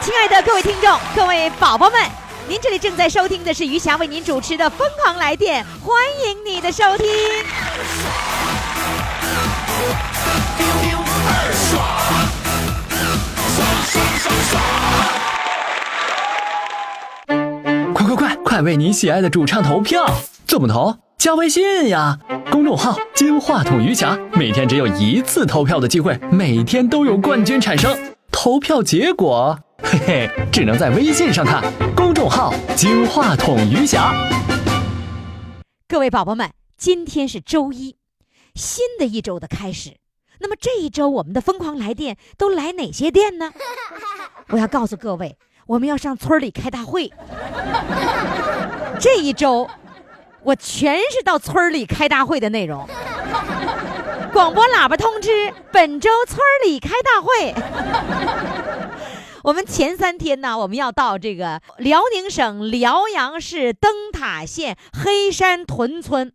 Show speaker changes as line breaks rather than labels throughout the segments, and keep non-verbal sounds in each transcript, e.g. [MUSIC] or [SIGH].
亲爱的各位听众，各位宝宝们，您这里正在收听的是余霞为您主持的《疯狂来电》，欢迎你的收听。
快快快，快为你喜爱的主唱投票！怎么投？加微信呀，公众号“金话筒余霞”，每天只有一次投票的机会，每天都有冠军产生。投票结果，嘿嘿，只能在微信上看。公众号“金话筒余霞
各位宝宝们，今天是周一，新的一周的开始。那么这一周我们的疯狂来电都来哪些店呢？我要告诉各位，我们要上村里开大会。这一周，我全是到村里开大会的内容。广播喇叭通知：本周村里开大会。我们前三天呢，我们要到这个辽宁省辽阳市灯塔县黑山屯村，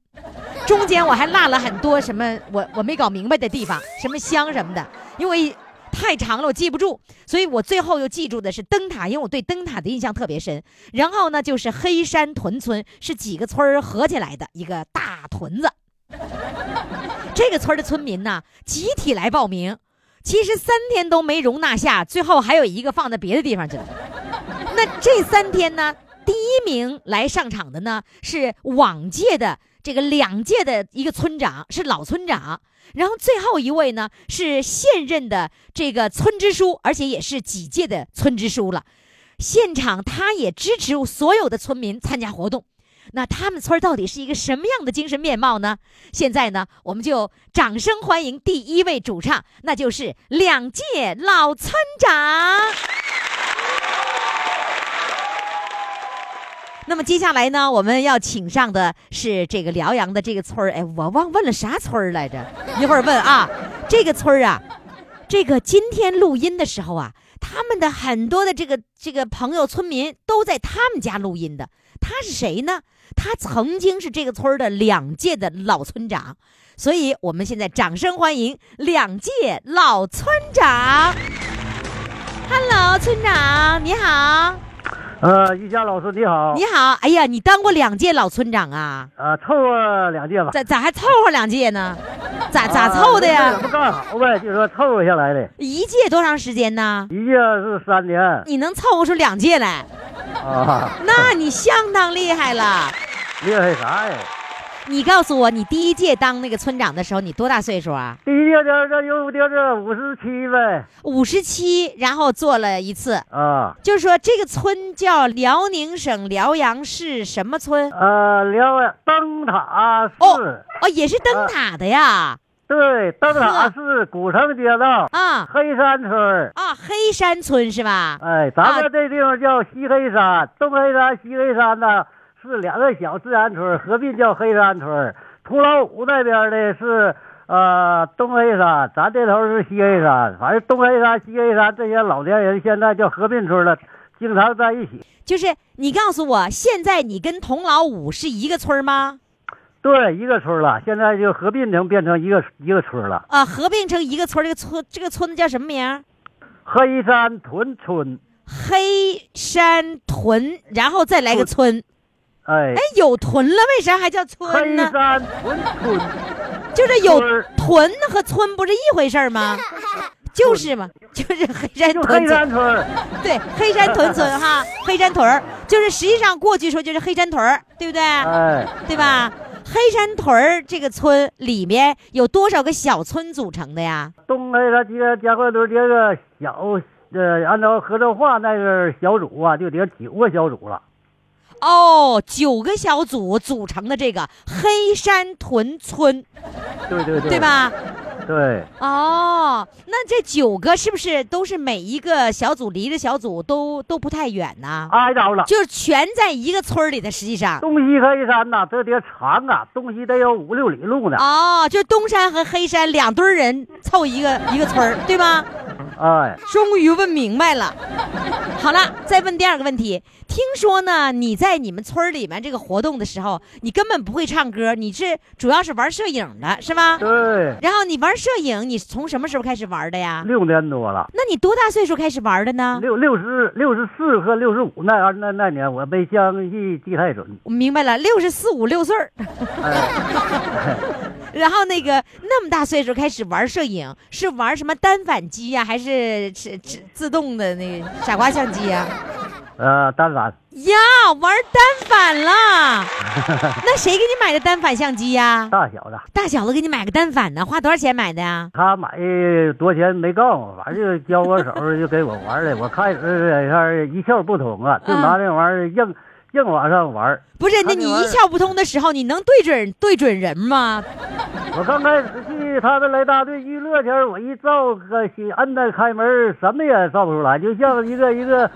中间我还落了很多什么我我没搞明白的地方，什么乡什么的，因为太长了我记不住，所以我最后又记住的是灯塔，因为我对灯塔的印象特别深。然后呢，就是黑山屯村是几个村儿合起来的一个大屯子。 [LAUGHS] 这个村儿的村民呢，集体来报名，其实三天都没容纳下，最后还有一个放在别的地方去了。那这三天呢，第一名来上场的呢是往届的这个两届的一个村长，是老村长。然后最后一位呢是现任的这个村支书，而且也是几届的村支书了。现场他也支持所有的村民参加活动。那他们村儿到底是一个什么样的精神面貌呢？现在呢，我们就掌声欢迎第一位主唱，那就是两届老村长。那么接下来呢，我们要请上的是这个辽阳的这个村儿，哎，我忘问了啥村儿来着？一会儿问啊。 [LAUGHS] 这个村儿啊，这个今天录音的时候啊，他们的很多的这个这个朋友村民都在他们家录音的。他是谁呢？他曾经是这个村儿的两届的老村长，所以我们现在掌声欢迎两届老村长。Hello，村长你好，
呃，一家老师你好，
你好，哎呀，你当过两届老村长啊？
呃，凑合两届吧，
咋咋还凑合两届呢？咋咋凑的
啊
呀？
不干好呗，就说凑合下来的，
一届多长时间呢？
一届是三年
你能凑合出两届来，
啊，
那你相当厉害了。
厉害啥呀？
你告诉我，你第一届当那个村长的时候，你多大岁数啊？
第一届这这有这这五十七呗，
五十七，然后做了一次，
啊，
就是说这个村叫辽宁省辽阳市什么村？
呃，辽灯塔市，
哦哦，也是灯塔的呀！
对，灯塔市古城街道
啊
黑山村儿。
啊，黑山村是吧？
哎，
啊
咱们这地方叫西黑山，东黑山、西黑山呢是两个小自然村，合并叫黑山村。土老五那边的是呃东黑山，咱这头是西黑山。反正东黑山、西黑山这些老年人现在叫合并村了，经常在一起。
就是你告诉我，现在你跟童老五是一个村吗？
对，一个村了，现在就合并成变成一个一个村了。
啊，合并成一个村，这个村这个村子叫什么名？
黑山屯村，
黑山屯，然后再来个村。
哎
哎，，有屯了，为啥还叫村
黑
呢？
山屯村，
就是有
村儿
屯和村不是一回事儿吗？就是嘛，就是黑山
就
屯
黑
子
山村。
对，黑山屯村哈，黑山屯儿就是实际上过去说就是黑山屯儿，对不对？
哎，
对吧？黑山屯儿这个村里面有多少个小村组成的呀？
东黑他这个加快屯这个小呃，按照合作化那个小组啊，就得九个小组了。
哦，九个小组组成的这个黑山屯村，
对对对，
对？吧？
对，
哦，那这九个是不是都是每一个小组离着小组都都不太远呢？
挨着了。
就是全在一个村儿里的，实际上。
东西黑山呐、这得长啊，东西得有五六里路呢。
哦，就东山和黑山两堆儿人凑一个一个村儿，对吗？
哎，
终于问明白了。好了，再问第二个问题。听说呢，你在你们村儿里面这个活动的时候，你根本不会唱歌，你是主要是玩摄影的，是吗？
对，
然后你玩摄影，你从什么时候开始玩的呀？
六年多了，
那你多大岁数开始玩的呢？
六六十六十四和六十五那那那年，我没详细记太准。
我明白了，六十四五六岁儿， [LAUGHS] 然后那个那么大岁数开始玩摄影，是玩什么单反机呀、还是是是自动的那个傻瓜相机呀、
呃，当然，
呀，玩单反啦！那谁给你买的单反相机呀、
大小子，
大小子给你买个单反呢，花多少钱买的呀？
他买多少钱没告诉我，反正就交我手就给我玩的。我开始这样一窍不通啊，就拿那玩意儿硬硬往上玩。
不是，
他
那
那
你
玩
一
意儿
窍不通的时候，你能对准对准人吗？
我刚开始去他们来大队娱乐前，我一照个心，摁那开门，什么也照不出来，就像一个一个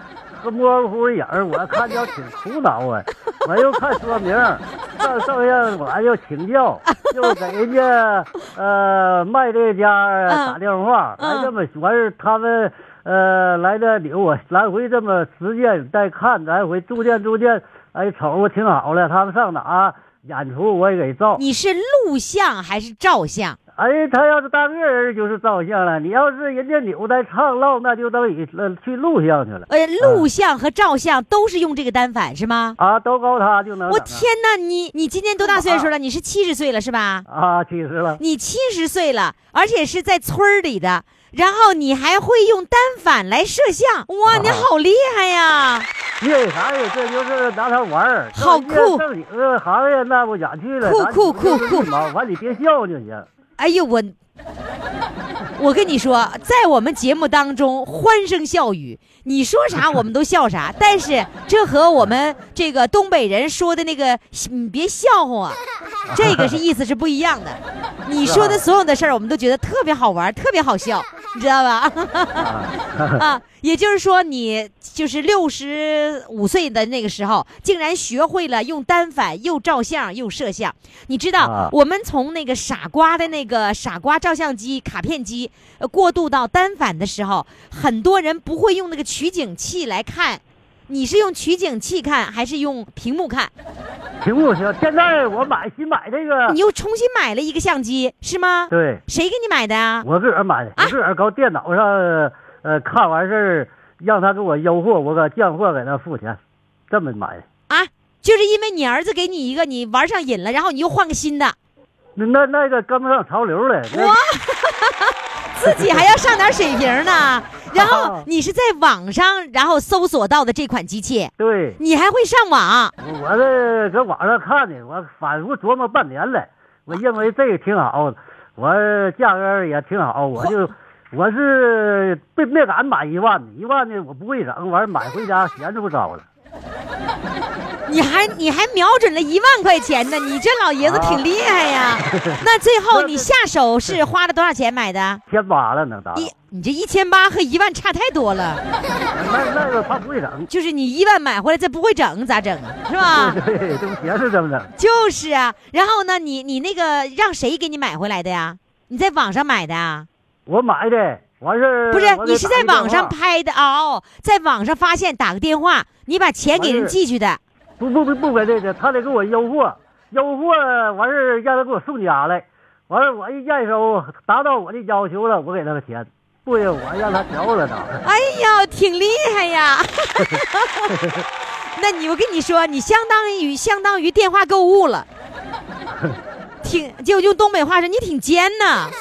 模糊的影儿。我看着挺苦恼
[LAUGHS]
啊，我又看说明，上上下我还要请教，又给人家呃卖这家呃打电话，
嗯
还这么完事儿他们。呃，来这里我来回这么实践再看，来回住店住店，哎，瞅着挺好了。他们上哪演出我也给照。
你是录像还是照相？
哎，他要是当个人就是照相了，你要是人家扭带唱唠，那就等于呃去录像去了
呃，录像和照相都是用这个单反是吗？
啊，都高他就能、啊。
我天哪，你你今年多大岁数了？你是七十岁了是吧？
啊，其实了，
你七十岁了，而且是在村儿里的，然后你还会用单反来摄像，哇，你好厉害呀！
因为啥呀？这就是拿他玩儿，
好
这人
酷
家正经个行业那不演去了，
酷
咱
酷
就就
酷
是
酷
一毛完你别笑就行。
哎呦我， [LAUGHS] 我跟你说，在我们节目当中欢声笑语，你说啥我们都笑啥，但是这和我们这个东北人说的那个“你别笑话啊”，这个是意思是不一样的。你说的所有的事儿，我们都觉得特别好玩，特别好笑，你知道吧？啊，也就是说，你就是六十五岁的那个时候，竟然学会了用单反又照相又摄像。你知道，
啊
我们从那个傻瓜的那个傻瓜照相机、卡片机，呃，过渡到单反的时候，很多人不会用那个取景器来看。你是用取景器看，还是用屏幕看？
屏幕行，现在我买新买这个
你，又重新买了一个相机，是吗？
对
谁给你买的啊？
我自个儿买的，我自个儿搁电脑上呃看完事儿，让他给我邮货，我搁降货给他付钱，这么买的。
啊，就是因为你儿子给你一个，你玩上瘾了，然后你又换个新的，
那那那个跟不上潮流了，那
自己还要上点水平
[LAUGHS]
呢。然后
哦
你是在网上，然后搜索到的这款机器，
对，
你还会上网。
我我这搁网上看的，我反复琢磨半年了。我认为这个挺好，我价格也挺好，我就我是没没敢买一万的，一万的我不会整，完买回家闲着不着了。
你还你还瞄准了一万块钱呢，你这老爷子挺厉害
[LAUGHS]
呀。那最后你下手是花了多少钱买的？
千八了能达到
一，你这一千八和一万差太多了，
那那个他不会整，
就是你一万买回来再不会整咋整啊？是吧？
对 [LAUGHS] 对，这不闲是这么整。
就是啊。然后呢，你你那个让谁给你买回来的呀？你在网上买的啊？
我买的完事儿，
不是，
嗯我给
你是
打
在
一电
网上
话
拍的哦，在网上发现打个电话，你把钱给人
完事
寄去的。
不不不不给这个，他得给我邮货，邮货完事儿让他给我送家来，完事儿我一验收达到我的要求了，我给他个钱，不行我让他调了他。
哎呀，挺厉害
[LAUGHS]
呀！那你我跟你说，你相当于相当于电话购物
[LAUGHS]
了，挺就用东北话说，你挺尖
[LAUGHS]
呐，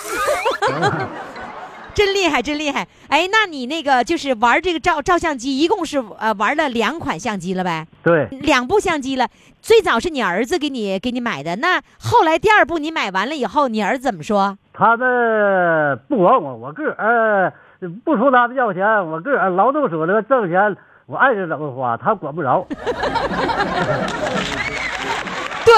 真厉害，真厉害！哎，那你那个就是玩这个照照相机，一共是呃玩了两款相机了呗，
对，
两部相机了。最早是你儿子给你给你买的，那后来第二部你买完了以后，你儿子怎么说？
他们不管我，我个儿呃不从他们要钱，我个儿劳动所得挣钱，我爱人怎么花，他管不着。
对，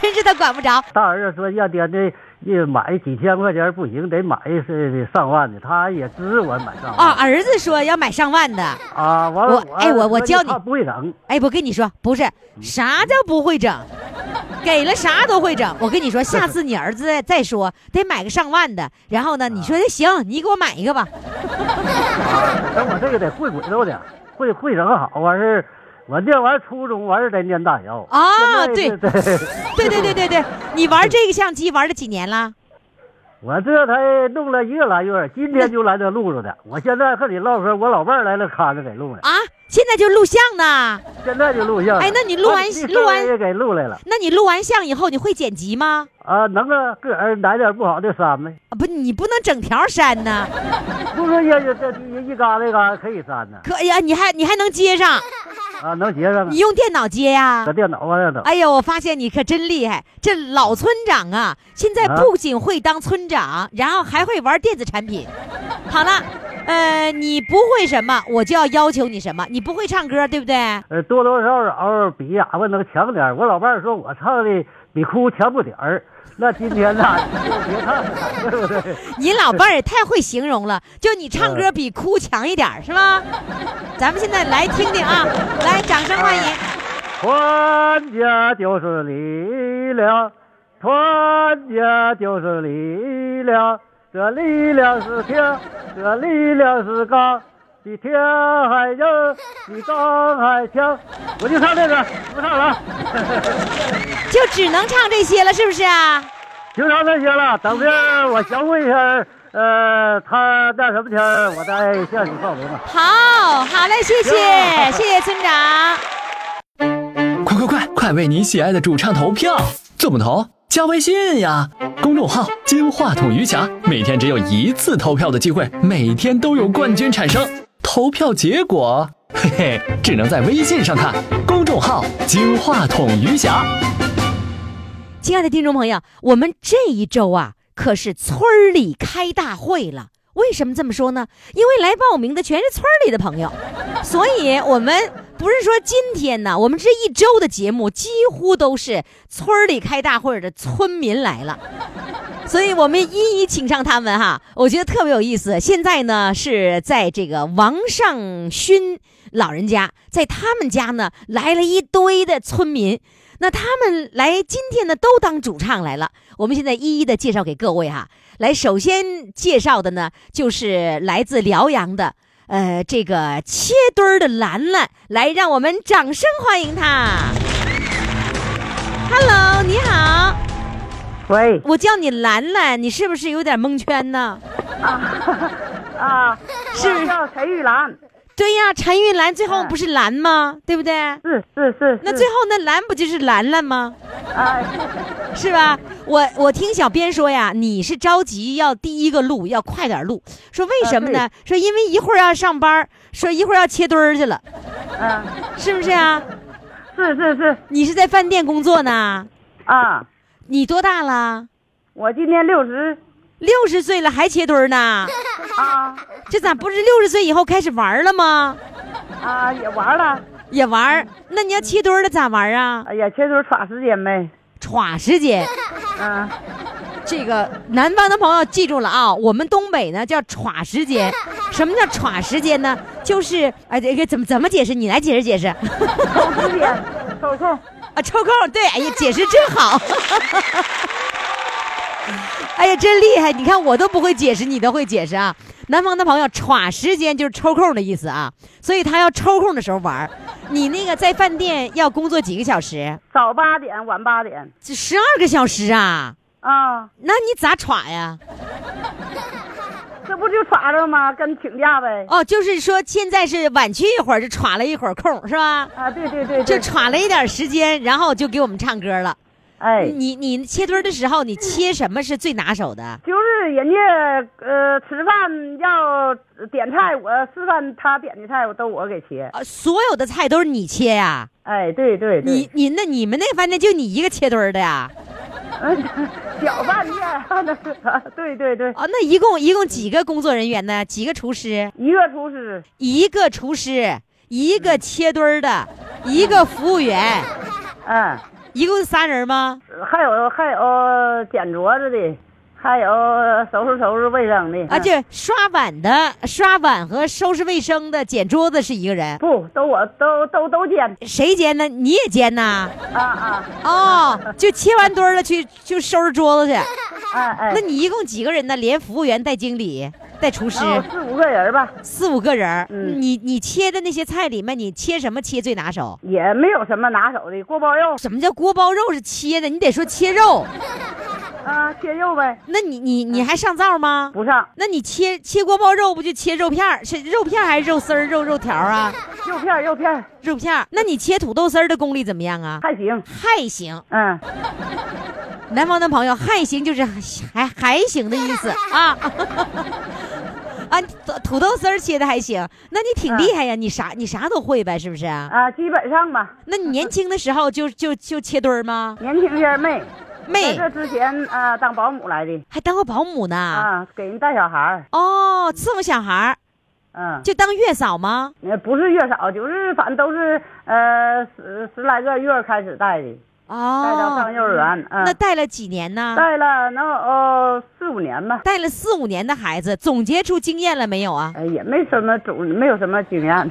真是他管不着。
大儿子说：“呀，爹，这
也买几千块钱不行，得买是上万的。他也支我买上
哦，
万
儿子说要买上万的。
啊，完了
我哎我我
说
教你
他不会整，
哎，我跟你说，不是啥叫不会整，给了啥都会整。我跟你说，下次你儿子再说得买个上万的，然后呢，你说哎行，你给我买一个吧。
等哎我这个得会轨道的，会会整好完事儿我念完初中完事儿再念大学哦
啊
[LAUGHS] 现在是对。
对对对对对，你玩这个相机玩了几年了？
我这才弄了一个来月，今天就来这录着的。我现在和你唠嗑，我老伴儿来了，看着给录了，
啊，现在就录像呢。
现在就录像了。
哎那你录完
啊你
录完
也给录来了
那你录完像以后，你会剪辑吗？
啊？能啊，个儿来点不好的删呗，
啊，不，你不能整条删呢。
不说也也这一一嘎一嘎可以删呢
可哎呀，你还你还能接上？
啊，能接上啊
你用电脑接呀、
搁电脑啊往上整。
哎呀，我发现你可真厉害，这老村长啊，现在不仅会当村长，然后还会玩电子产品。好了，呃，你不会什么，我就要要求你什么。你不会唱歌，对不对？
呃，多多少少比哑巴能强点儿我老伴儿说我唱的比哭强不点儿。那今天呢，你就别唱了，对不对？
你老伴儿也太会形容了，就你唱歌比哭强一点儿，是吧？咱们现在来听听啊，来，掌声欢迎。
团结就是力量，团结就是力量，这力量是天，这力量是钢，比天还硬，比钢还强。我就唱这个，不唱了，啊
就只能唱这些了，是不是啊？
就唱这些了。等着我小慧天儿，呃，他那什么天儿，我再向你报名吧。
好，好嘞，谢谢，谢谢村长。
快快快，快为你喜爱的主唱投票！怎么投？加微信呀，公众号“金话筒余霞”，每天只有一次投票的机会，每天都有冠军产生。投票结果，嘿嘿，只能在微信上看。公众号“金话筒余霞”。
亲爱的听众朋友，我们这一周啊，可是村儿里开大会了。为什么这么说呢？因为来报名的全是村儿里的朋友，所以我们不是说今天呢，我们这一周的节目几乎都是村儿里开大会的村民来了。所以我们一一请上他们哈，我觉得特别有意思。现在呢是在这个王尚勋老人家，在他们家呢来了一堆的村民，那他们来今天呢都当主唱来了。我们现在一一的介绍给各位哈。来，首先介绍的呢就是来自辽阳的呃这个切墩儿的兰兰，来让我们掌声欢迎她。Hello，你好。
喂
我叫你兰兰，你是不是有点蒙圈呢？
啊，
是
我叫陈玉兰，
对呀，陈玉兰最后不是兰吗？对不对？
是是是。
那
是
最后那兰不就是兰兰吗？
哎，
是吧？我我听小编说呀，你是着急要第一个录，要快点录，说为什么呢？说因为一会儿要上班儿，说一会儿要切墩儿去了，
嗯，
是不是啊？
是是是
你是在饭店工作呢？
啊，
你多大了？
我今年六十
六十岁了还切墩儿呢？
啊
这咋不是六十岁以后开始玩儿了吗？
啊，也玩了，
也玩儿？那你要切墩儿了咋玩儿啊？
哎呀，这都是耍时间呗，
歘时间。
嗯，
这个南方的朋友记住了啊，我们东北呢叫歘时间。什么叫歘时间呢？就是哎，这个怎么怎么解释？你来解释解释。哦
抽时间，抽空，
啊，抽空对，哎呀，解释真好。 [LAUGHS] 哎呀，真厉害！你看我都不会解释，你都会解释啊。南方的朋友，歘时间就是抽空的意思啊，所以他要抽空的时候玩儿。你那个在饭店要工作几个小时？
早八点，晚八点
十二个小时啊？
啊，
那你咋歘呀？
这不就耍着吗？跟请假呗，
哦，就是说现在是晚去一会儿，就歘了一会儿空，是吧？
啊，对对对
就
对，
歘了一点时间，然后就给我们唱歌了。
哎，
你你切墩儿的时候，你切什么是最拿手的？
就是人家呃吃饭要点菜，我吃饭他点的菜我都我给切，
啊，所有的菜都是你切呀、
哎，对对对，
你你那你们那饭店就你一个切墩儿的呀？
哎 [LAUGHS] 小饭店，那是啊对对对，
啊，那一共一共几个工作人员呢？几个厨师？
一个厨师，
一个厨师，一个切墩儿的，一个服务员，
嗯，
一共仨人吗？
呃还有还有捡镯子的，还有呃收拾收拾卫生的
啊，
嗯
这刷碗的、刷碗和收拾卫生的、捡桌子是一个人，
不都我都都都兼
谁煎呢？你也煎呐？
啊啊
哦，就切完堆儿了去就收拾桌子去。
哎哎
那，你一共几个人呢？连服务员带经理带厨师，
哦四五个人吧，
四五个人儿。
嗯
你你切的那些菜里面，你切什么切最拿手？
也没有什么拿手的，锅包肉
什么叫锅包肉是切的？你得说切肉。
啊，切肉呗，
那你你你还上灶吗？
不上
那你切切锅包肉不就切肉片儿？是肉片儿还是肉丝儿、肉肉条儿啊？
肉片儿肉片儿
肉片儿。那你切土豆丝儿的功力怎么样啊？
还行，
还行，
嗯，
南方的朋友，还行就是还还行的意
[LAUGHS]
思啊。啊，土土豆丝儿切的还行，那你挺厉害
嗯
呀，你啥你啥都会呗，是不是？
啊，基本上吧。
那你年轻的时候就就就切墩儿吗？
年轻些妹，
[LAUGHS]
在
妹
这之前啊、当保姆来的
还当过保姆呢。
啊，给人带小孩儿，
哦，伺候小孩儿
嗯，
就当月嫂吗？
呃不是月嫂，就是反正都是呃十十来个月开始带的，带到上
哦，
幼儿园，嗯
那，带了几年呢？
带了能有呃四五年吧，
带了四五年的孩子，总结出经验了没有啊？
呃也没什么主，没有什么经验，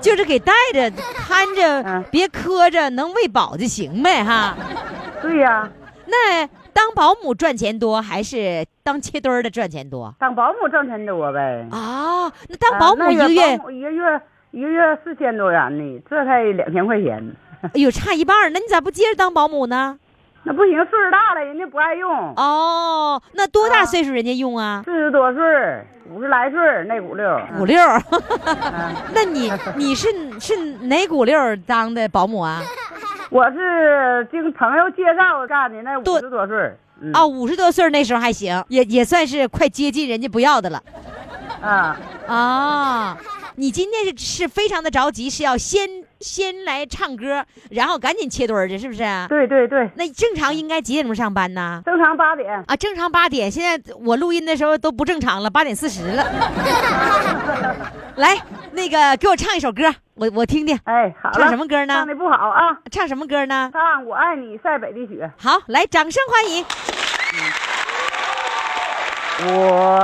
就是给带着看着
嗯，
别磕着，能喂饱就行呗哈。
对呀、
那当保姆赚钱多还是当切墩儿的赚钱多？
当保姆挣钱多呗，
哦，那当
啊
保姆
那
一个月
保，姆一个月一个月四千多元呢，这才两千块钱，
哎呦，差一半儿，那你咋不接着当保姆呢？
那不行，岁数大了，人家不爱用，
哦，那多大
啊
岁数人家用啊？
四十多岁儿，五十来岁儿那股溜儿，嗯
五六儿，
嗯
[LAUGHS] 那你你是是哪股六儿当的保姆啊？
嗯我是经朋友介绍干的，那
对
五十多岁儿，嗯
啊，五十多岁儿那时候还行，也也算是快接近人家不要的了
啊，
啊。你今天是是非常的着急，是要先先来唱歌，然后赶紧切墩儿去，是不啊是？
对对对，
那正常应该几点钟上班呢？
正常八点，
啊，正常八点，现在我录音的时候都不正常了，八点四十了。来，那个给我唱一首歌，我我听听，
哎，好了，
唱什么歌呢
唱的不好啊，
唱什么歌呢？
唱《我爱你塞北的雪
好，来，掌声欢迎。》，
我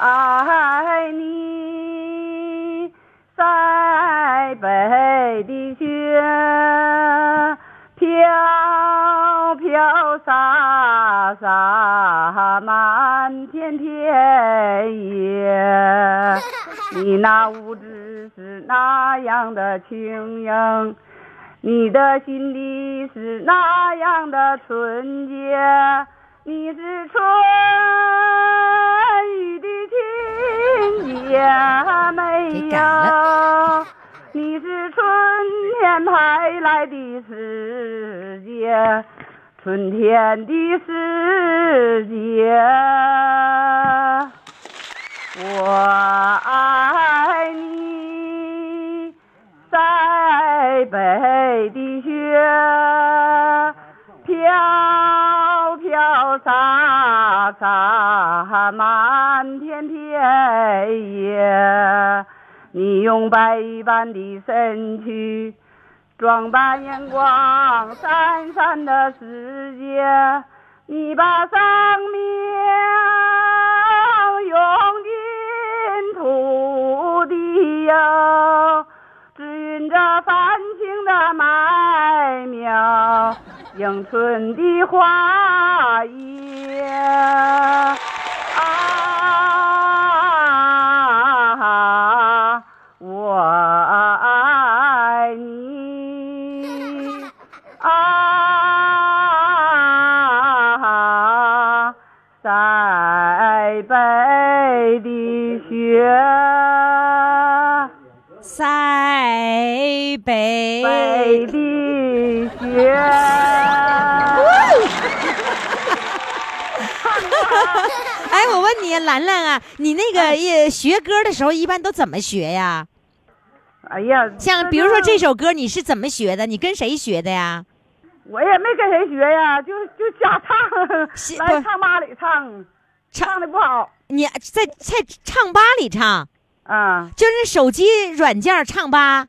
爱你塞北的雪，飘飘洒洒满天田野。你那舞姿是那样的轻盈，你的心里是那样的纯洁，你是春雨的亲姐
给
没
改
有，你是春天派来的使节，春天的使节。我爱你，塞北的雪，飘飘洒洒满天田野。你用白衣般的身躯，装扮阳光闪闪的世界，你把生命涌进土地哟，指引着繁星的麦苗，迎春的花叶。啊，我爱你啊，塞北的雪，
塞北，
北的雪。
哎，我问你，兰兰啊，你那个也学歌的时候一般都怎么学呀？
哎呀，
像比如说这首歌，你是怎么学的？你跟谁学的呀？
我也没跟谁学呀，就就瞎
是
唱，来
不
唱吧里唱，
唱
唱的不好
你在在唱吧里唱，
啊
就是手机软件唱吧，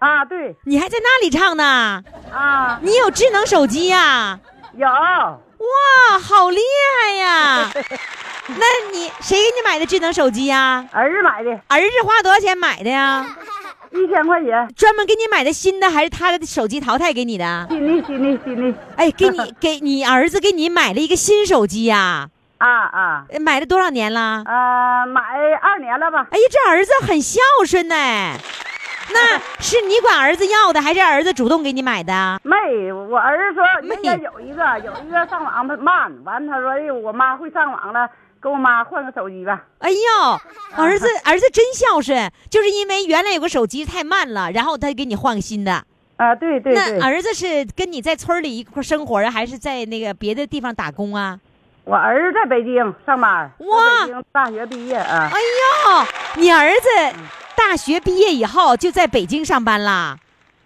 啊，对
你还在那里唱呢？
啊，
你有智能手机呀、
有
哇，好厉害呀！那你谁给你买的智能手机呀？
儿子买的，
儿子花多少钱买的呀？
一千块钱，
专门给你买的新的还是他的手机淘汰给你的？
新的新的新的，
哎，给你给你儿子给你买了一个新手机呀、
啊啊，
呃买了多少年了？
呃，买二年了吧？
哎呀，这儿子很孝顺呢、那是你管儿子要的，还是儿子主动给你买的？
没，我儿子说
没
人家有一个有一个上网慢，完他说哎呦我妈会上网了，给我妈换个手机吧。
哎呦，
[LAUGHS]
儿子儿子真孝顺，就是因为原来有个手机太慢了，然后他给你换个新的。
啊，对对对
那，儿子是跟你在村儿里一块儿生活啊，还是在那个别的地方打工啊？
我儿子在北京上班，
哇
在北京大学毕业啊
哎，呦，你儿子大学毕业以后就在北京上班啦，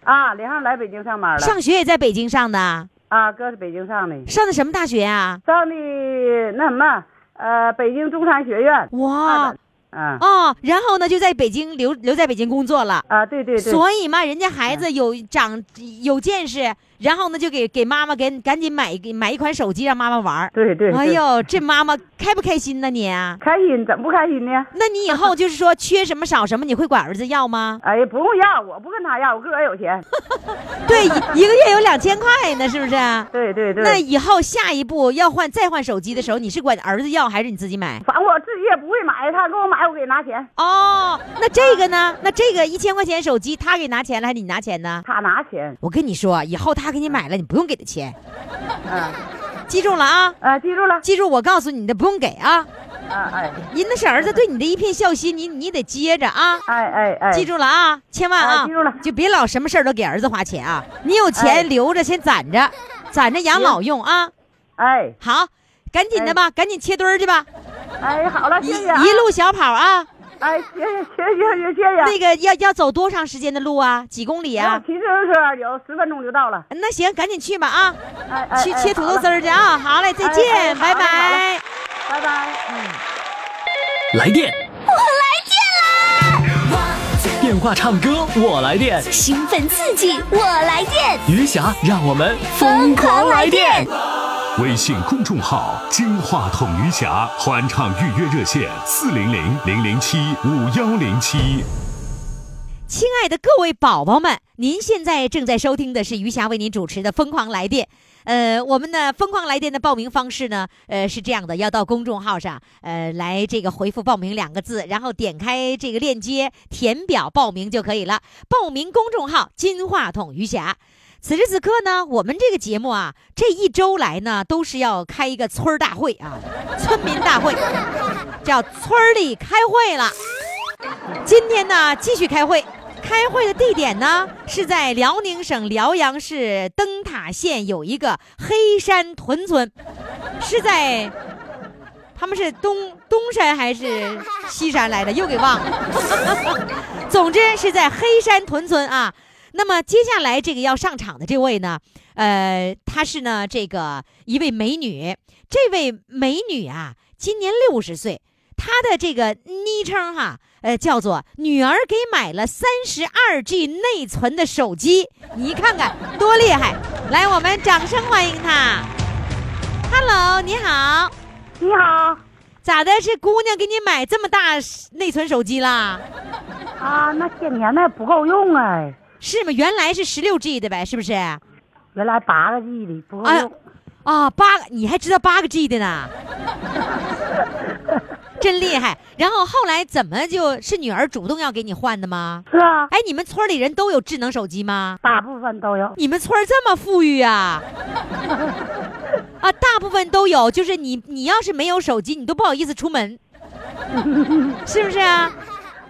啊，连上来北京上班了，
上学也在北京上的，
啊，哥是北京上的，
上的什么大学啊？
上的那什么，呃，北京中山学院，
哇
啊
哦，然后呢就在北京留留在北京工作了。
啊，对对对，嗯
所以嘛，人家孩子有长有见识，然后呢就给给妈妈给赶紧买一个买一款手机让妈妈玩儿。
对对，
哎
对，
呦，这妈妈开不开心呢你、啊
开心怎么不开心呢？
那你以后就是说缺什么少什么，你会管儿子要吗？
哎呀，不用要，我不跟他要，我个儿有
[LAUGHS]
钱，
对，一一个月有两千块呢，是不是？
对对对，
那以后下一步要换再换手机的时候，你是管儿子要还是你自己买？
反正我自己也不会买，他给我买，我给拿钱，
哦，那这个呢？那这个一千块钱手机，他给拿钱了还是你拿钱呢？
他拿钱，
我跟你说，以后他给你买了，你不用给他钱，
嗯
记住了啊！
啊，记住了，
记住我告诉你的，不用给啊！
啊哎
人那是儿子对你的一片孝心，你你得接着啊！
哎哎哎，
记住了啊，千万啊，
哎记住了
就别老什么事儿都给儿子花钱啊！你有
哎
钱留着，先攒着，攒着养老用啊！
哎
好，赶紧的吧，赶紧切墩儿去吧，
哎，好了，
一
谢谢啊
一，路小跑啊！
哎，谢谢谢谢谢啊谢。
那个要要走多长时间的路啊？几公里
啊，
啊？
骑自行车有十分钟就到了。
那行，赶紧去吧啊！
哎哎，
去
哎
切土豆丝，
好了
儿去啊！好嘞，再
哎哎
见，
好
拜
嘞好嘞
拜。
拜拜。
来电，我来电啦！电话唱歌，我来电。
兴奋刺激，我来电，
余霞，让我们
疯狂来电！
微信公众号“金话筒余霞”欢唱预约热线：四零零零零七五幺零七。
亲爱的各位宝宝们，您现在正在收听的是余霞为您主持的《疯狂来电》。呃，我们的《疯狂来电》的报名方式呢，呃，是这样的，要到公众号上，呃，来这个回复“报名”两个字，然后点开这个链接，填表报名就可以了。报名公众号“金话筒余霞”。此时此刻呢，我们这个节目啊，这一周来呢，都是要开一个村儿大会啊，村民大会，叫村儿里开会了。今天呢，继续开会。开会的地点呢是在辽宁省辽阳市灯塔县有一个黑山屯村，是在他们是东东山还是西山来着？又给忘了。 [LAUGHS] 总之是在黑山屯村啊。那么接下来这个要上场的这位呢，呃，她是呢这个一位美女，这位美女啊今年六十岁，她的这个昵称哈、呃，叫做女儿给买了三十二 G 内存的手机，你看看多厉害！来，我们掌声欢迎她。Hello，你好，
你好
咋的？是姑娘给你买这么大内存手机啦？
啊，那些年那不够用哎，
是吗？原来是十六 G 的呗，是不是？啊、
原来八个 G 的不够
哎
用。
八个，你还知道八个 G 的呢，真厉害。然后后来怎么就是女儿主动要给你换的吗？
是啊，
哎，你们村里人都有智能手机吗？
大部分都有。
你们村儿这么富裕啊？啊，大部分都有，就是你你要是没有手机，你都不好意思出门，是不是啊？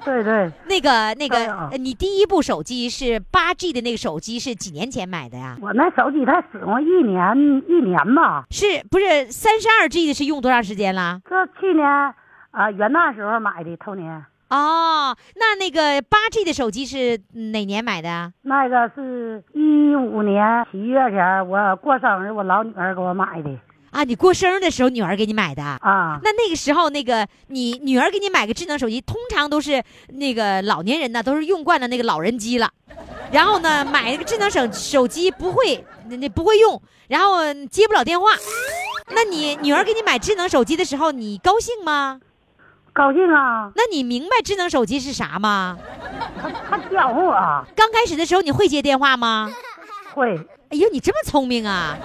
对对，
那个那
哎
个，
呀
呃你第一部手机是八 G 的那个手机是几年前买的呀？
我那手机才使用一年一年吧，
是不是三十二 G 的是用多长时间啦？
这去年啊元旦时候买的，头年
哦，那那个八 G 的手机是哪年买的啊？
那个是一五年七月前，我过生日，我老女儿给我买的
啊，你过生日的时候女儿给你买的啊？
啊。
那那个时候，那个你女儿给你买个智能手机，通常都是那个老年人呢，都是用惯了那个老人机了。然后呢，嗯买那个智能手手机不会，那那不会用，然后接不了电话。那你女儿给你买智能手机的时候，你高兴吗？
高兴啊，
那你明白智能手机是啥吗？
还教我啊，
刚开始的时候你会接电话吗？
会，
哎呦，你这么聪明啊！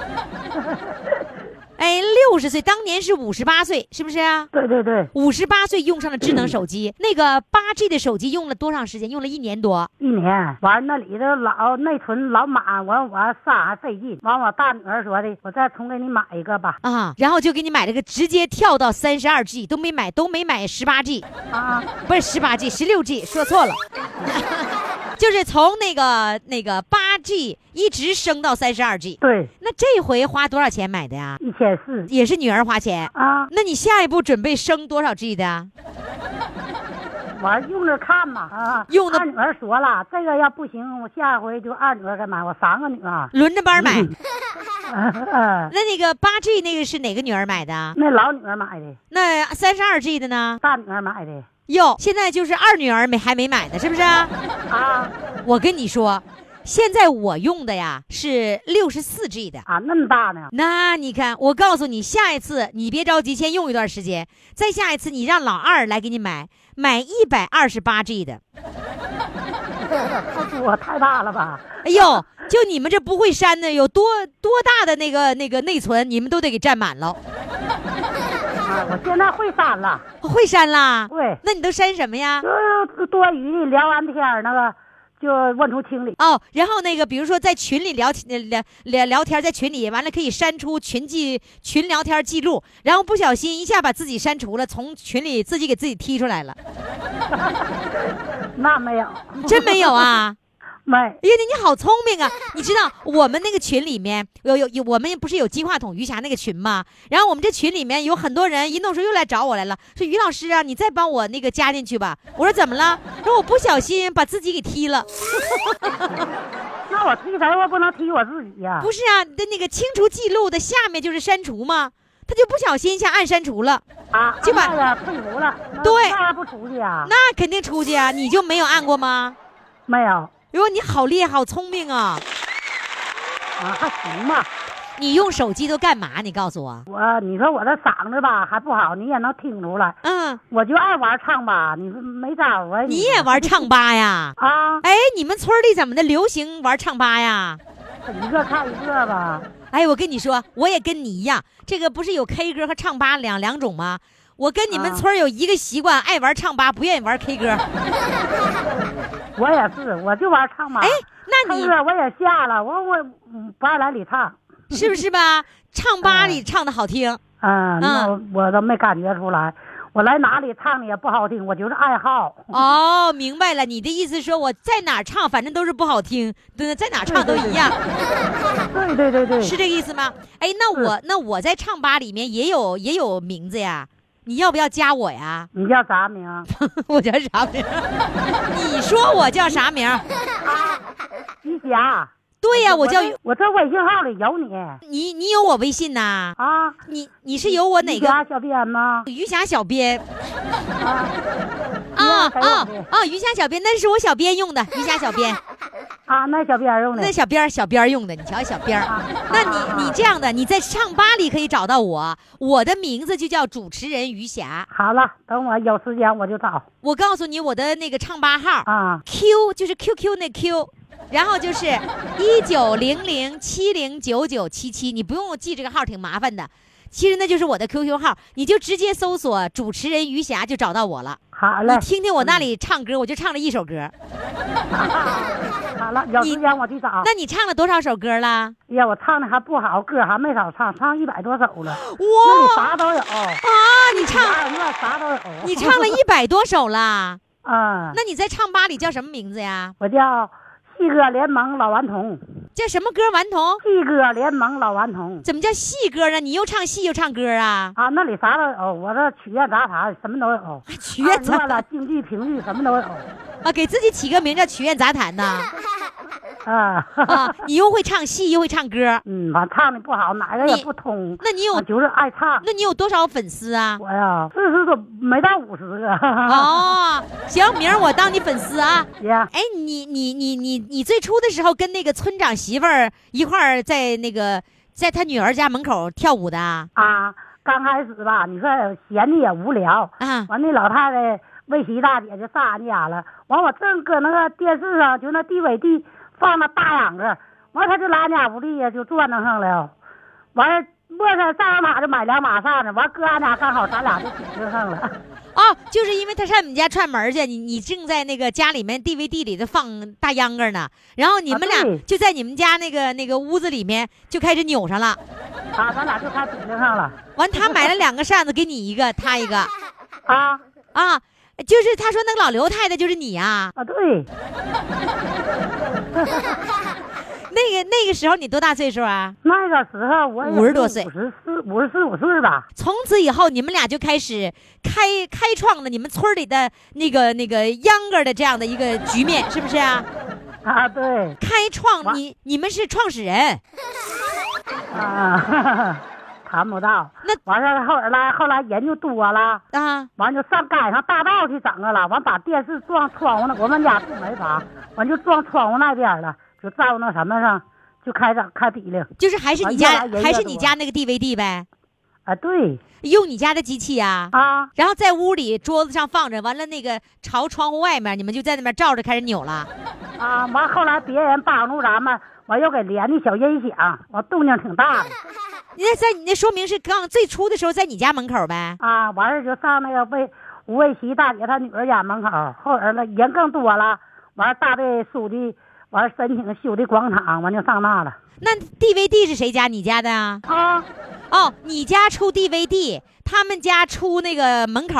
哎，六十岁，当年是五十八岁，是不是啊？
对对对，
五十八岁用上了智能手机，那个八 G 的手机用了多长时间？用了一年多。
一年完那里头老内存老满，完我上还费劲，完我大女儿说的，我再重给你买一个吧，
啊，然后就给你买了个，直接跳到三十二 G 都没买，都没买十八 G，
啊，
不是十八 G，十六 G，说错了， [LAUGHS] 就是从那个那个八 G 一直升到三十二 G。
对，
那这回花多少钱买的呀？
一千四
也是女儿花钱。
啊，
那你下一步准备升多少 G 的啊？
完用着看吧啊，
用着
二女儿说了，这个要不行，我下回就二女儿给买，我三个女儿， [LAUGHS]
轮着班儿买。
啊，
那那个八 G 那个是哪个女儿买的？
那老女儿买的，
那三十二 G 的呢？
大女儿买的
哟，现在就是二女儿没还没买呢，是不是啊？
啊
我跟你说，现在我用的呀是六十四 G 的。
啊，那么大呢，
那你看，我告诉你，下一次你别着急，先用一段时间，再下一次你让老二来给你买，买一百二十八 G 的。
太多哎太大了吧，
哎呦，就你们这不会删的，有多多大的那个那个内存，你们都得给占满了。
啊，我现在会删了，
会删啦？
会。
那你都删什么呀？
就是多余的聊完天儿那个，就问出清理。
哦，然后那个，比如说在群里聊天聊聊聊天，在群里完了可以删除群记群聊天记录，然后不小心一下把自己删除了，从群里自己给自己踢出来了，
那没有，
真没有啊？ [LAUGHS]
没
哎呀，你你好聪明啊！你知道我们那个群里面有有有，我们不是有金话筒余霞那个群吗？然后我们这群里面有很多人，一弄说又来找我来了，说于老师啊，你再帮我那个加进去吧。我说怎么了？说我不小心把自己给踢了。
那我踢谁我不能踢我自己呀、
不是啊，的那个清除记录的下面就是删除嘛，他就不小心一下按删除了，
啊，
就把
那个退伍了，那
对
那还不出去呀、
那肯定出去啊，你就没有按过吗？
没有啊，
哟，你好厉害，好聪明啊！
还行吧。
你用手机都干嘛？你告诉我。
我你说我这嗓子吧还不好，你也能听出来，
嗯，
我就爱玩唱吧，你说没招啊。
你也玩唱吧呀？
啊？
哎，你们村里怎么的流行玩唱吧呀？
一个看一个吧。
哎，我跟你说，我也跟你一样，这个不是有 K 歌和唱吧两两种吗？我跟你们
啊
村儿有一个习惯，爱玩唱吧，不愿意玩 K 歌。哎
我也是，我就玩唱吧。
哎，那你
唱歌我也下了，我我嗯不爱来里唱。
是不是吧？唱吧里唱的好听，
嗯，那我
嗯
我都没感觉出来，我来哪里唱的也不好听，我就是爱好。
[LAUGHS] 哦，明白了，你的意思说我在哪儿唱，反正都是不好听，对，在哪儿唱都一样，
对对对对，
是这个意思吗？哎，那我那我在唱吧里面也有也有名字呀，你要不要加我呀？
你叫啥名？
[LAUGHS] 我叫啥名？ [LAUGHS] 你说我叫啥名？
于霞。
对呀，我叫
我这微信号里有你
你，你有我微信呐？
啊。
你你是有我哪
于
个？
霞小编吗？
余霞小编。啊
啊
啊啊！余霞小编，那是我小编用的。余霞小编，
啊，那小编用的
那小编儿小编儿用的，你瞧小
[LAUGHS]
编儿。那你你这样的，你在唱吧里可以找到我，我的名字就叫主持人余霞。
好了，等我有时间我就找
我告诉你我的那个唱吧号
啊。
，Q 就是 QQ 那 Q，然后就是一九零零七零九九七七，你不用记这个号，挺麻烦的。其实那就是我的 QQ 号，你就直接搜索主持人余霞就找到我了。
好嗯嘞
你，听听我那里唱歌，我就唱了一首歌。 [LAUGHS]
好了，有时间我去找。
那你唱了多少首歌啦？
哎呀，我唱的还不好，歌还没少唱，唱一百多首了，
哦
那里
哇
啥都有，
啊！你唱
二乐啥都 [LAUGHS] 有。
你唱了一百多首
[LAUGHS]
啦？
啊？
那你在唱吧里叫什么名字呀？
我叫戏歌联盟老顽童，
叫什么歌？顽童？
戏歌联盟老顽童
怎么叫戏歌呢？你又唱戏又唱歌啊？
啊，那里啥都有，我这曲苑杂谈什么都有， [LAUGHS]
曲苑杂
二啊乐了京剧、评剧什么都有
啊，给自己起个名叫曲苑杂谈呐。
[LAUGHS] 啊。
啊，你又会唱戏又会唱歌，
[LAUGHS] 嗯，反正唱的不好，哪个
你
也不通。
那你有
我就是爱唱。
那你有多少粉丝啊？
我呀，四十多没到五十个。 [LAUGHS] 啊
哦，行，明儿我当你粉丝啊。
呀，
哎，你你你你你最初的时候跟那个村长媳妇儿一块儿在那个在他女儿家门口跳舞的啊？
啊，刚开始吧，你说闲的也无聊，
啊
完那老太太魏琪大姐就上俺家了，完我正搁那个电视上就那地纬地放那大秧歌，完她就来俺家屋里呀就转腾上了，完了磨上上俺俩就买两把扇子，完搁俺家刚好咱俩就挺着上了，
哦，就是因为他上你们家串门去，你你正在那个家里面 DVD 里头放大秧歌呢，然后你们
啊
俩
对
就在你们家那个那个屋子里面就开始扭上了。
啊，咱俩就开挺着上了，
完，他买了两个扇子，给你一个，他一个
啊
啊，就是他说那个老刘太太就是你啊。
啊对，
那个那个时候你多大岁数啊？
那个时候我也
50多岁
五十四五十四五岁吧，
从此以后，你们俩就开始开开创了你们村里的那个那个秧歌的这样的一个局面，是不是啊？
啊对
开创
哇
你你们是创始人，
啊， [LAUGHS] 哈哈谈不到，
那
完事儿后来后来人就多了。
啊，
完就上赶上大道去整个了，完把电视撞窗户那，我们家住门房，完就撞窗户那边了，就照那什么上就开整开比了。
就是还是你
啊
家
越来越
还是你
多
家那个 DVD 呗，
啊，对
用你家的机器呀、
啊，
然后在屋里桌子上放着，完了那个朝窗户外面，你们就在那边照着开始扭了。
啊，完后来别人帮助咱们，完又给连的小音响，完动静挺大的
你那在你那说明是刚最初的时候在你家门口呗，
啊。完事儿就上那个魏吴魏琪大姐她女儿家门口，后人了人更多了，完大队书记完申请修的广场，完就上那了
那 DVD 是谁家？你家的啊？
啊
哦，你家出 DVD，他们家出那个门口，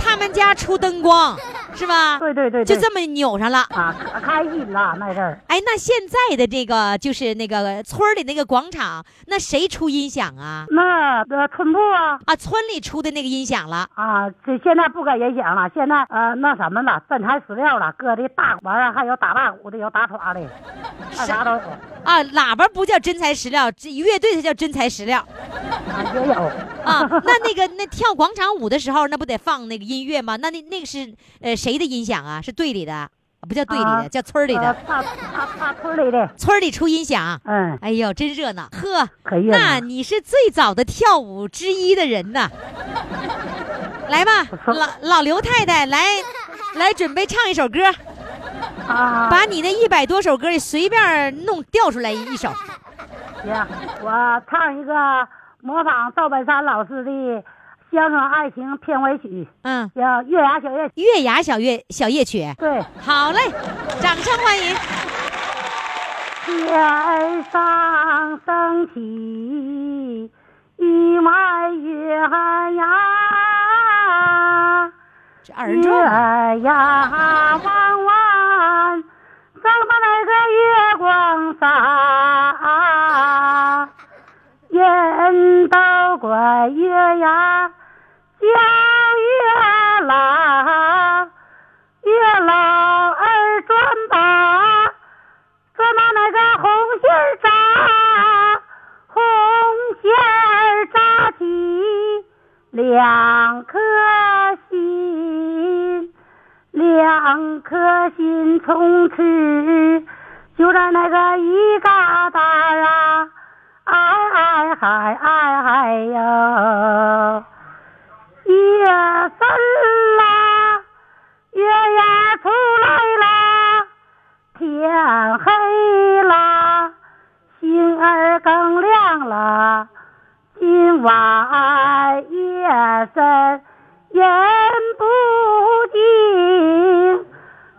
他们家出灯光，是吧？
对对对对
就这么扭上了。
啊，可开心了那阵儿。
哎，那现在的这个就是那个村儿里那个广场，那谁出音响啊？
那呃村部啊
啊，村里出的那个音响了。
啊，这现在不给人响了，现在呃那什么了，真材实料了，搁的大玩意儿，啊还有打大鼓的，有打耍的，啊啥都有，
啊，喇叭不叫真材实料，这乐队它叫真材实料
啊也有
啊。那那个那跳广场舞的时候，那不得放那个音乐吗？那那那个是呃谁的音响啊？是队里的，啊不叫队里的，
啊
叫村儿里的。
呃大大大村里的，
村儿里出音响，
嗯，
哎呦，真热闹！呵，
可热闹
那你是最早的跳舞之一的人呐。来吧，老老刘太太，
[LAUGHS]
来来准备唱一首歌，
啊
把你那一百多首歌随便弄调出来一首。
行，我唱一个模仿赵本山老师的乡村爱情片尾曲，
嗯，
叫《月牙小夜曲》，
月牙小夜小夜曲。
对。
好嘞，掌声欢迎。
天上升起一弯月牙，
这二人转啊，
月牙弯弯，照不那个月光洒，人都怪月牙叫月老，月老儿转吧。转到那个红线儿扎，红线儿扎起两颗心，两颗心从此就在那个一疙瘩啊，哎哎嗨哎嗨哟，夜深啦，月牙出来啦。天黑啦，星儿更亮啦，今晚夜深人不静，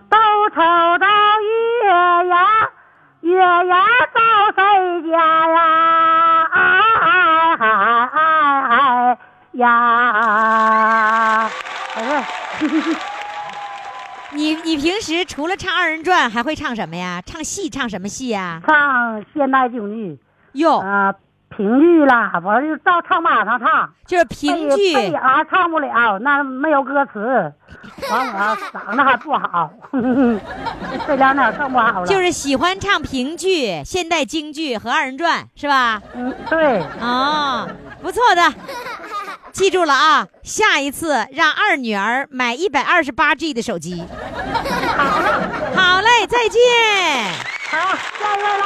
都瞅到月牙，月牙照谁家呀？哎哎哎哎哎呀！哎
你你平时除了唱二人转，还会唱什么呀？唱戏，唱什么戏呀、
唱现代京剧。
哟、
啊，评剧啦，完就照唱吧上唱，
就是评剧
背背眼儿唱不了，那没有歌词，完我嗓子还不好， [LAUGHS] 这两点唱不好了。
就是喜欢唱评剧、现代京剧和二人转，是吧？
嗯，对，
哦，不错的，记住了啊！下一次让二女儿买一百二十八 G 的手机。好嘞，再见。
好，下一位了。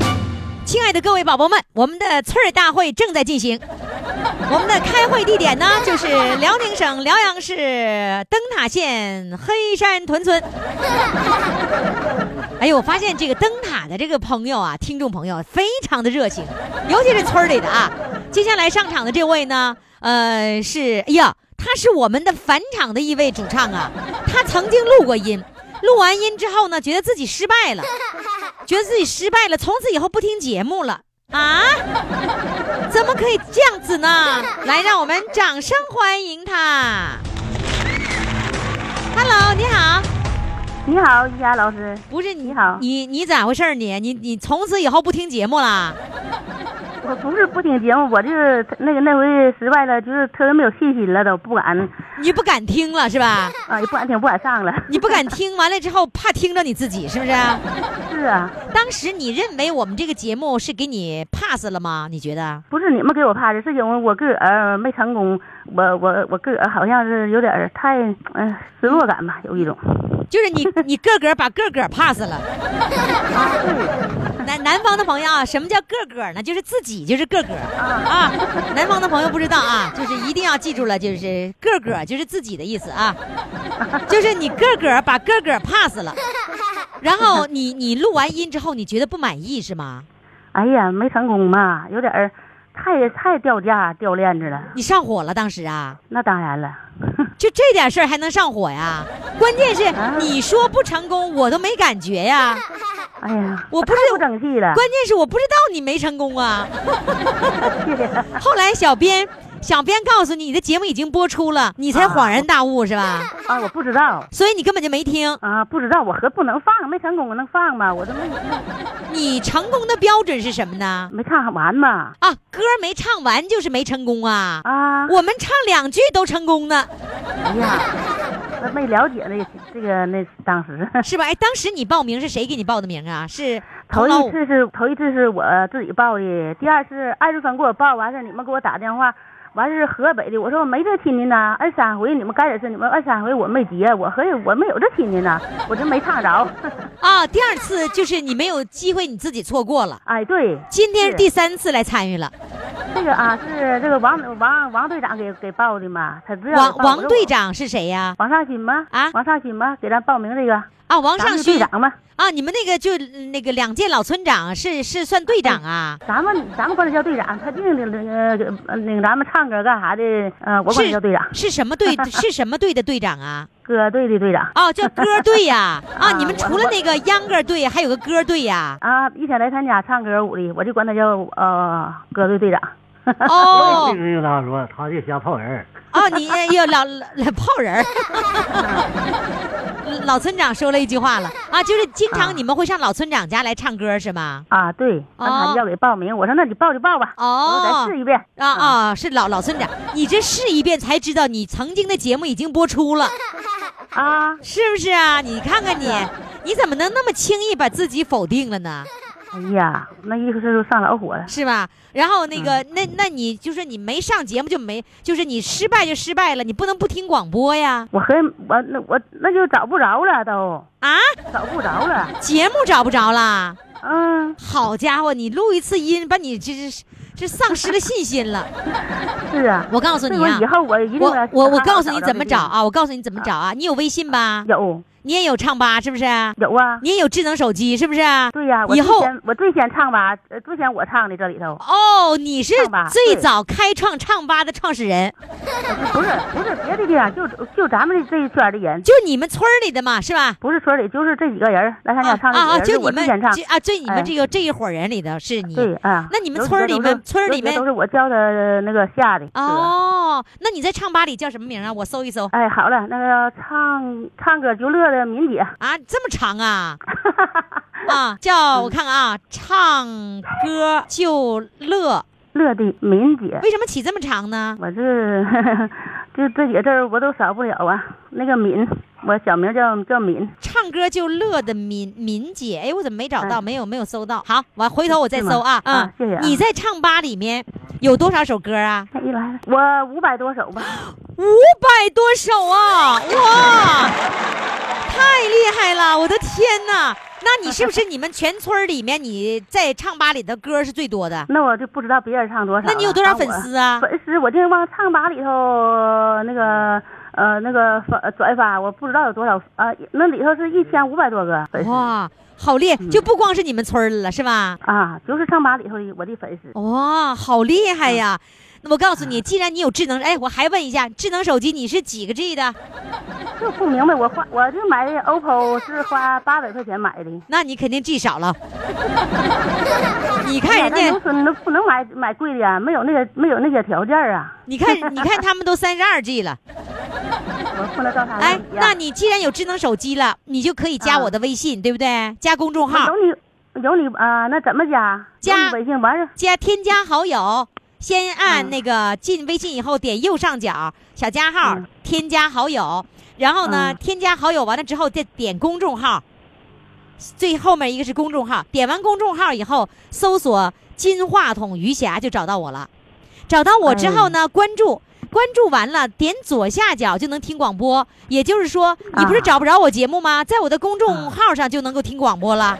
亲爱的各位宝宝们，我们的刺儿大会正在进行。我们的开会地点呢，就是辽宁省辽阳市灯塔县黑山屯村。哎呦，我发现这个灯塔的这个朋友啊，听众朋友非常的热情，尤其是村儿里的啊。接下来上场的这位呢，呃，是哎呀，他是我们的返场的一位主唱啊，他曾经录过音，录完音之后呢，觉得自己失败了，觉得自己失败了，从此以后不听节目了啊。怎么可以这样子呢？来，让我们掌声欢迎他。Hello，你好，
你好，于霞老师，
不是你
你好
你你咋回事儿？你你你从此以后不听节目啦？
我不是不听节目，我就是那个那回失败了，就是特别没有信心了，都不敢
你不敢听了是吧？
啊，也不敢听，不敢上了。
你不敢听，完了之后怕听着你自己是不是？
是啊，
当时你认为我们这个节目是给你 pass 了吗？你觉得？
不是你们给我怕的，是因为我个儿没成功，我我我个儿好像是有点儿太嗯、呃失落感吧，有一种。
就是你你个个儿把个个儿 pass 了。南南方的朋友啊，什么叫个个儿呢？就是自己就是个个儿啊。南方的朋友不知道啊，就是一定要记住了，就是个个儿就是自己的意思啊，就是你个个儿把个个儿 pass 了。然后你你录完音之后，你觉得不满意是吗？
哎呀，没成功嘛，有点儿太太掉价掉链子了。
你上火了当时啊？
那当然了， [LAUGHS]
就这点事儿还能上火呀？关键是你说不成功，我都没感觉呀。
哎呀，
我不是
太不争气了。
关键是我不知道你没成功
[LAUGHS]
啊。后来小编小编告诉你，你的节目已经播出了，你才恍然大悟是吧？
啊，我不知道
所以你根本就没听。
啊，不知道，我合不能放，没成功我能放吗？我都没
你成功的标准是什么呢？
没唱完嘛
啊，歌没唱完就是没成功啊。
啊，
我们唱两句都成功呢，
哎呀，那没了解那个这个那当时。
是吧？哎，当时你报名是谁给你报的名啊？是
头
童老
一
五
次是头一次是我自己报的，第二次二月份给我报，完事儿你们给我打电话，完事儿是河北的，我说我没这亲戚呢，二三回你们干点事，你们二三回我没接，我合计我没有这亲戚呢，我就没唱着。 [LAUGHS]
啊，第二次就是你没有机会，你自己错过了。
哎，对，
今天是
是
第三次来参与了，
这个啊是这个王王王队长给给报的嘛，他知
王
道啊我报
王
我说
队
我
长是谁呀、
王尚新吗？
啊
王尚新吗？给咱报名这个，
啊，王
咱
尚
们是队
勋
长吗？
啊，你们那个就那个两届老村长是是算队长啊？
咱们咱们管他叫队长，他净那个呃那个咱们唱歌干啥的，呃，我管他
是
叫队长，
是什么 [LAUGHS] 队？是什么队的队长啊？
歌队的队长。
哦，叫歌队呀、啊！
啊
你们
我
除了那个秧歌队，还有个歌队呀、
啊，一天来参加唱歌舞的，我就管他叫呃歌队队长。
哦
这个就他说，他就瞎泡人儿。
哦，你哎呦老老泡人儿。 [LAUGHS] 老村长说了一句话了啊，就是经常你们会上老村长家来唱歌是吗？
[LAUGHS] 啊，对，那
哦
他要给报名，我说那你报就报吧，我说
哦
咱试一
[LAUGHS]
遍。
啊啊，是老老村长，你这试一遍才知道你曾经的节目已经播出了。
啊，
是不是啊？你看
[LAUGHS]
看你，你怎么能那么轻易把自己否定了呢？
哎呀，那意思是上老火了。
是吧？然后那个，
嗯
那那你就是你没上节目就没，就是你失败就失败了，你不能不听广播呀！
我和我那我那就找不着了都，
啊，
找不着了。
节目找不着啦！
嗯，
好家伙，你录一次音，把你这这这丧失了信心了。
是啊。
我告诉
这
你
回
啊
以，后我一定要
我我我
好好
告诉你怎么
这
找
地方。
啊！我告诉你怎么找啊！你有微信吧？
有
你也有唱吧？是不是？
有啊，
你也有智能手机是不是？
对呀，我
以
最
后
先我最先唱吧，呃最先我唱的这里头，
哦，你是
唱吧
最
对
早开创唱吧的创始人。
不是不是别的地方，就就咱们这这一圈的人，
就你们村儿里的嘛，是吧？
不是村里，就是这几个人儿来参
啊
加唱
啊啊！
的几
就
个人，是我
你
之
们
前唱。
这啊，就你们
哎
这个这一伙人里的是你。
对啊，
那你们
有几
村儿
个
里
都
面
是
村儿
有
里
几个
面
都是我叫的那个下的。歌
哦，那你在唱吧里叫什么名啊？我搜一搜
哎，好了，那个唱唱歌就乐的民姐， [LAUGHS]
啊，这么长啊啊，叫我看看啊，唱歌就乐，
乐的民姐，
为什么起这么长呢？
[LAUGHS] 我这就这几个字儿我都少不了啊。那个敏，我小名叫叫敏，
唱歌就乐的敏敏姐，哎，我怎么没找到？
哎
没有没有搜到。好，完回头我再
是吗
搜啊。
啊谢谢啊
你在唱吧里面有多少首歌啊？
哎来了，我五百多首
[GASPS]
吧，
五百多首啊！哇，太厉害了！我的天哪！那你是不是你们全村儿里面你在唱吧里的歌是最多的？
那我就不知道别人唱多少
[LAUGHS]
了。
那你有多少
反
粉
正我
丝啊？
粉丝，我这往唱吧里头呃那个呃那个发转发，我不知道有多少啊，那里头是一千五百多个粉丝
哇，好厉害！就不光是你们村儿了，是吧？
啊，就是唱吧里头的我的粉丝。
哇，好厉害呀！那我告诉你，既然你有智能，哎，我还问一下，智能手机你是几个 G 的？
就不明白，我花我就买的 OPPO 是花八百块钱买的，
那你肯定 G 少 [LAUGHS] 了。你看人
那农
家，
村都不能买买贵的啊，没有那个没有那些条件啊，
你看，你看他们都三十二 G 了。
我不能照他
哎
们，比啊
那你既然有智能手机了，你就可以加
啊
我的微信，对不对？加公众号
有，你有你啊、那怎么加？
啊加
有你微信完事儿
加添加好友，先按
嗯
那个进微信以后点右上角小加号、
嗯
添加好友，然后呢、
嗯
添加好友完了之后再点公众号，最后面一个是公众号，点完公众号以后搜索“金话筒余霞”就找到我了。找到我之后
嗯
呢，关注。关注完了，点左下角就能听广播。也就是说，你不是
啊嗯
找不着我节目吗？在我的公众号上就能够听广播了。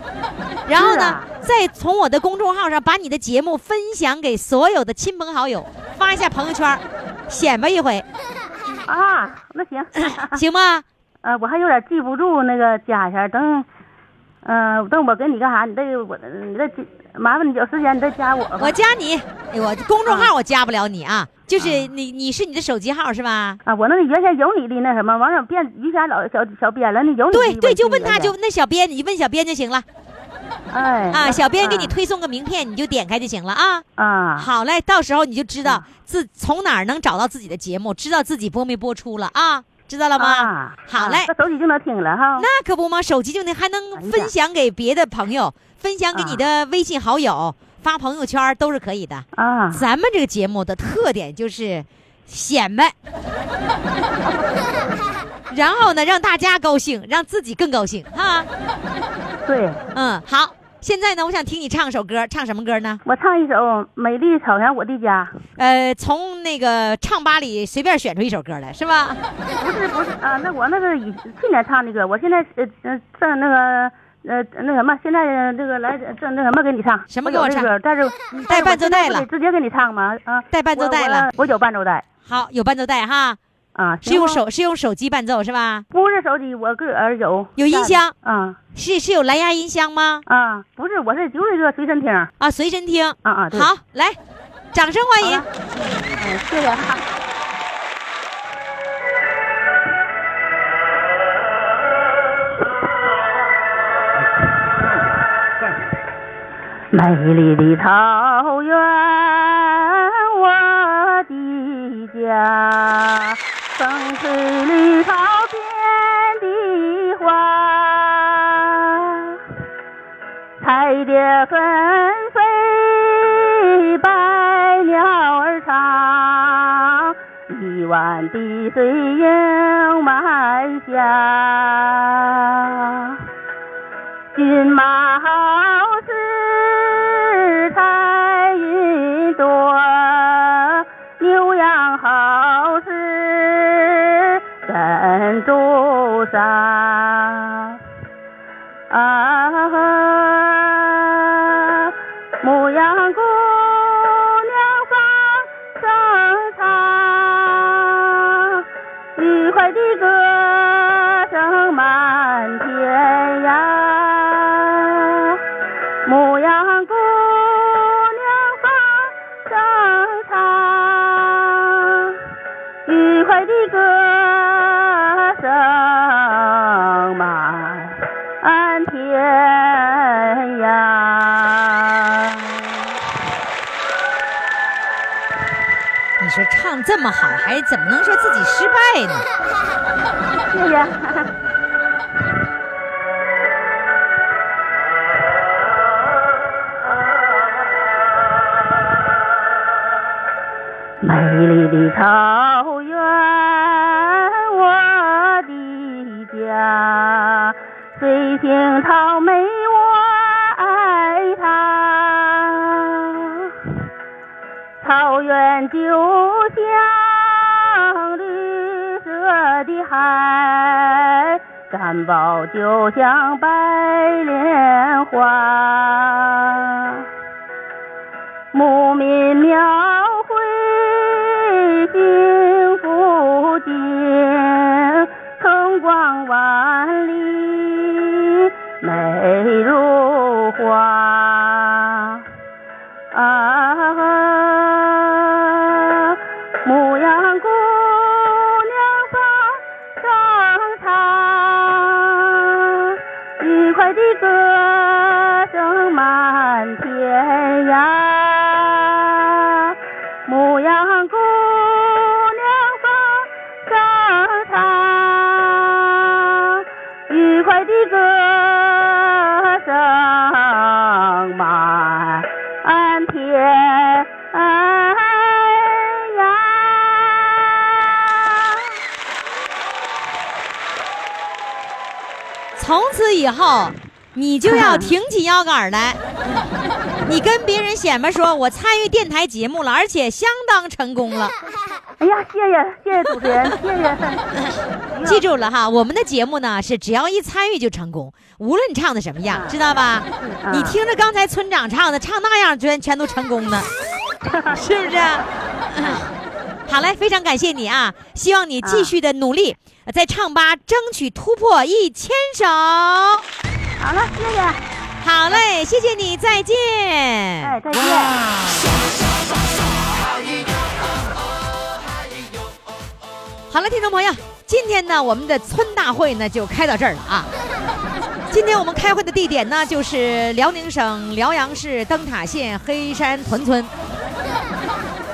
然后
是
呢
啊，
再从我的公众号上把你的节目分享给所有的亲朋好
[LAUGHS]
友，发一下朋友圈，显摆一回，
啊，那
[LAUGHS]
行，
行吗？
呃，我还有点记不住那个加一下，等，呃，等我给你干啥？你再我你再记麻烦你有时间你再加我吧。
我加你，哎我公众号我加不了你啊，就是你你是你的手机号是吧？
啊，我那里原先有你的那什么，完了变于霞老小小编了，你有你的
对对，
微信
就问他
原先
就那小编，你问小编就行了
哎 [LAUGHS]
啊，小编给你推送个名片，你就点开就行了啊。
啊嗯
好嘞，到时候你就知道自从哪儿能找到自己的节目，知道自己播没播出了啊，知道了吗？
啊，
好嘞
啊那手机就能听了哈。
那可不嘛，手机就能还能分享给别的朋友，分享给你的微信好友，发朋友圈都是可以的。
啊啊，
咱们这个节目的特点就是显
[LAUGHS]
摆，然后呢，让大家高兴，让自己更高兴哈。
对
嗯，好，现在呢，我想听你唱首歌，唱什么歌呢？
我唱一首《美丽草原我的家》，
呃，从那个唱吧里随便选出一首歌来，是吧？
不是不是啊，那我那是以去年唱的歌，我现在呃呃正那个呃那什么，现在呃这个来正那什么给你唱
什么
我有
给我
这个，但是嗯
你
但
带
是
伴奏带了
我现在不得直接给你唱吗？啊，
带伴奏带了
我，我我有伴奏带
好，有伴奏带哈，
啊，
是用
行吗
手是用手机伴奏是吧？
不是手机，我个儿有
有音箱
啊
是是有蓝牙音箱吗？
啊，不是，我是就是这个随身听啊
啊，随身听。
啊，对，
好，来，掌声欢迎哎
好。嗯谢谢哈。哎美丽的草原，我的家，风吹绿草遍地花，彩蝶纷飞，百鸟儿唱，一湾碧水映晚霞。骏马好似彩云朵，牛羊好似珍珠沙。啊，牧羊姑娘放声唱，愉快的歌声满天涯。牧羊姑娘放声唱，愉快的歌声满。安天涯。
你说唱这么好，还怎么能说自己失败呢？
谢 [LAUGHS] 谢。美丽的草原，我的他，水杏桃梅我爱他，草原就像绿色的海，毡包就像白莲花。牧民描绘幸福景，风光万里美如画。啊，牧羊姑娘把声唱，愉快的歌声满天涯。牧羊姑娘把声唱，愉快的歌声满天涯。
从此以后，你就要挺起腰杆儿 [LAUGHS] 来。你跟别人显摆说，我参与电台节目了，而且相当成功了。
哎呀，谢谢谢谢主持人，谢谢。
记住了哈，我们的节目呢是只要一参与就成功，无论你唱的什么样，知道吧？你听着刚才村长唱的，唱那样居然全都成功呢，是不是？好嘞，非常感谢你啊！希望你继续的努力，在唱吧争取突破一千首。
好了，谢谢，
好嘞，谢谢你，再见。
哎，再见。
好了，听众朋友，今天呢，我们的村大会呢就开到这儿了啊。今天我们开会的地点呢，就是辽宁省辽阳市灯塔县黑山屯村。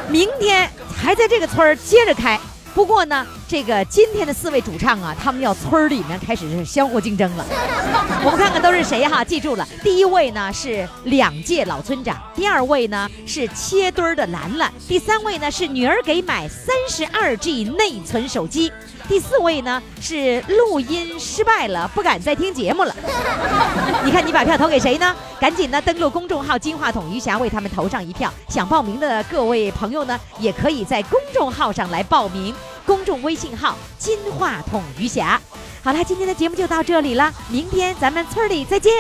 明天还在这个村儿接着开，不过呢，这个今天的四位主唱啊，他们要村儿里面开始是相互竞争了。我们看看都是谁哈，记住了，第一位呢是两届老村长，第二位呢是切墩儿的兰兰，第三位呢是女儿给买三十二 G 内存手机，第四位呢是录音失败了，不敢再听节目了。你看你把票投给谁呢？赶紧呢登录公众号“金话筒余霞”为他们投上一票。想报名的各位朋友呢，也可以在公众号上来报名，公众微信号“金话筒余霞”。好啦，今天的节目就到这里啦，明天咱们村儿里再见。